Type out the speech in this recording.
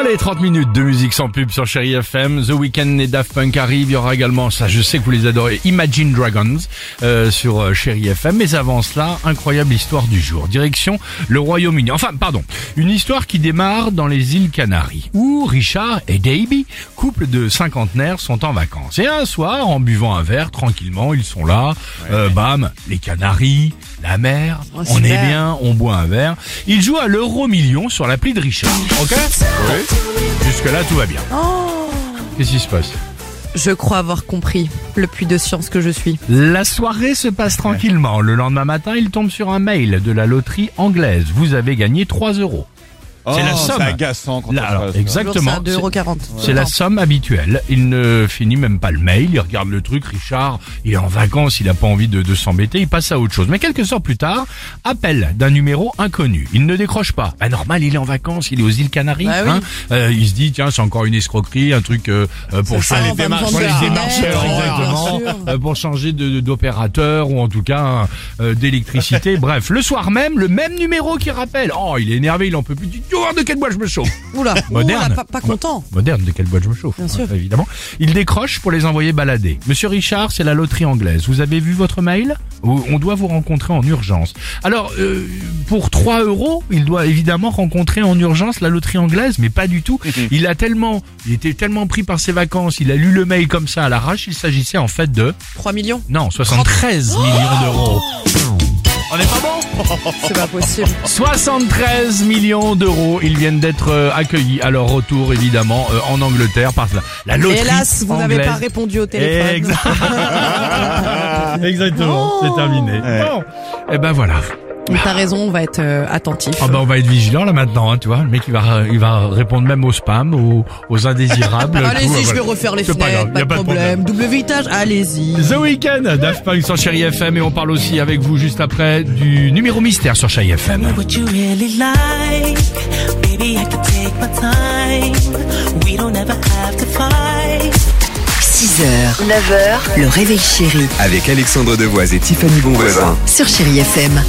Allez, 30 minutes de musique sans pub sur Chéri FM. The Weeknd et Daft Punk arrivent. Il y aura également, ça je sais que vous les adorez, Imagine Dragons euh, sur euh, Chéri FM. Mais avant cela, incroyable histoire du jour. Direction le Royaume-Uni. Enfin, pardon, une histoire qui démarre dans les îles Canaries, où Richard et Davy, couple de cinquantenaires, sont en vacances. Et un soir, en buvant un verre, tranquillement, ils sont là. Euh, bam, les Canaries, la mer, on est bien, on boit un verre. Ils jouent à l'euro million sur l'appli de Richard. Ok Jusque-là, tout va bien. Qu'est-ce qui se passe Je crois avoir compris le puits de science que je suis. La soirée se passe tranquillement. Le lendemain matin, il tombe sur un mail de la loterie anglaise. Vous avez gagné 3 euros. C'est la somme. Oh, C'est agaçant quand Là, on alors, passe. hein. exactement. Toujours ça, C'est- 2,40€. C'est la somme habituelle. Il ne finit même pas le mail, il regarde le truc, Richard, il est en vacances, il n'a pas envie de, de s'embêter, il passe à autre chose. Mais quelques heures plus tard, appel d'un numéro inconnu. Il ne décroche pas. Bah normal, il est en vacances, il est aux îles Canaries. Bah oui. hein. Euh, il se dit, tiens, c'est encore une escroquerie, un truc euh, euh, pour ça, changer on va me vendre pour des les lunettes, démarcheurs, ouais, exactement, bien sûr. euh, pour changer de- d'opérateur ou en tout cas euh, d'électricité. Bref, le soir même, le même numéro qui rappelle. Oh, il est énervé, il en peut plus. Tu vas voir de quelle boîte je me chauffe Oula, Moderne. oula, pas, pas content. moderne de quelle boîte je me chauffe. Bien sûr. hein, Évidemment. Il décroche pour les envoyer balader. Monsieur Richard, c'est la loterie anglaise. Vous avez vu votre mail Ou- On doit vous rencontrer en urgence. Alors, euh, pour 3 euros, il doit évidemment rencontrer en urgence la loterie anglaise, mais pas du tout. il a tellement, il était tellement pris par ses vacances, il a lu le mail comme ça à l'arrache, il s'agissait en fait de, 3 millions non, 73 millions d'euros. On n'est pas bon C'est pas possible. 73 millions d'euros, ils viennent d'être euh, accueillis à leur retour évidemment euh, en Angleterre par la, la loterie Hélas, vous n'avez pas anglaise. répondu au téléphone. Oh. Exact- Exactement, c'est terminé. Bon, et ben voilà. Mais T'as raison, on va être euh, attentif. Ah ben on va être vigilant là maintenant, hein, tu vois. Le mec il va il va répondre même aux spams, aux, aux indésirables. tout, Ah bah, euh, Allez-y, je vais voilà. refaire les C'est pas grave, fenêtres, y pas, a de problème. Double vitage, allez-y. The Weeknd, Daft Punk sur Chéri FM et on parle aussi avec vous juste après du numéro mystère sur Chéri FM. what you really like. Baby, I can take my time. We don't ever have to fight. 6h, 9h, le réveil chéri Avec Alexandre Devoise et Tiffany Bonvoisin. sur Chéri FM.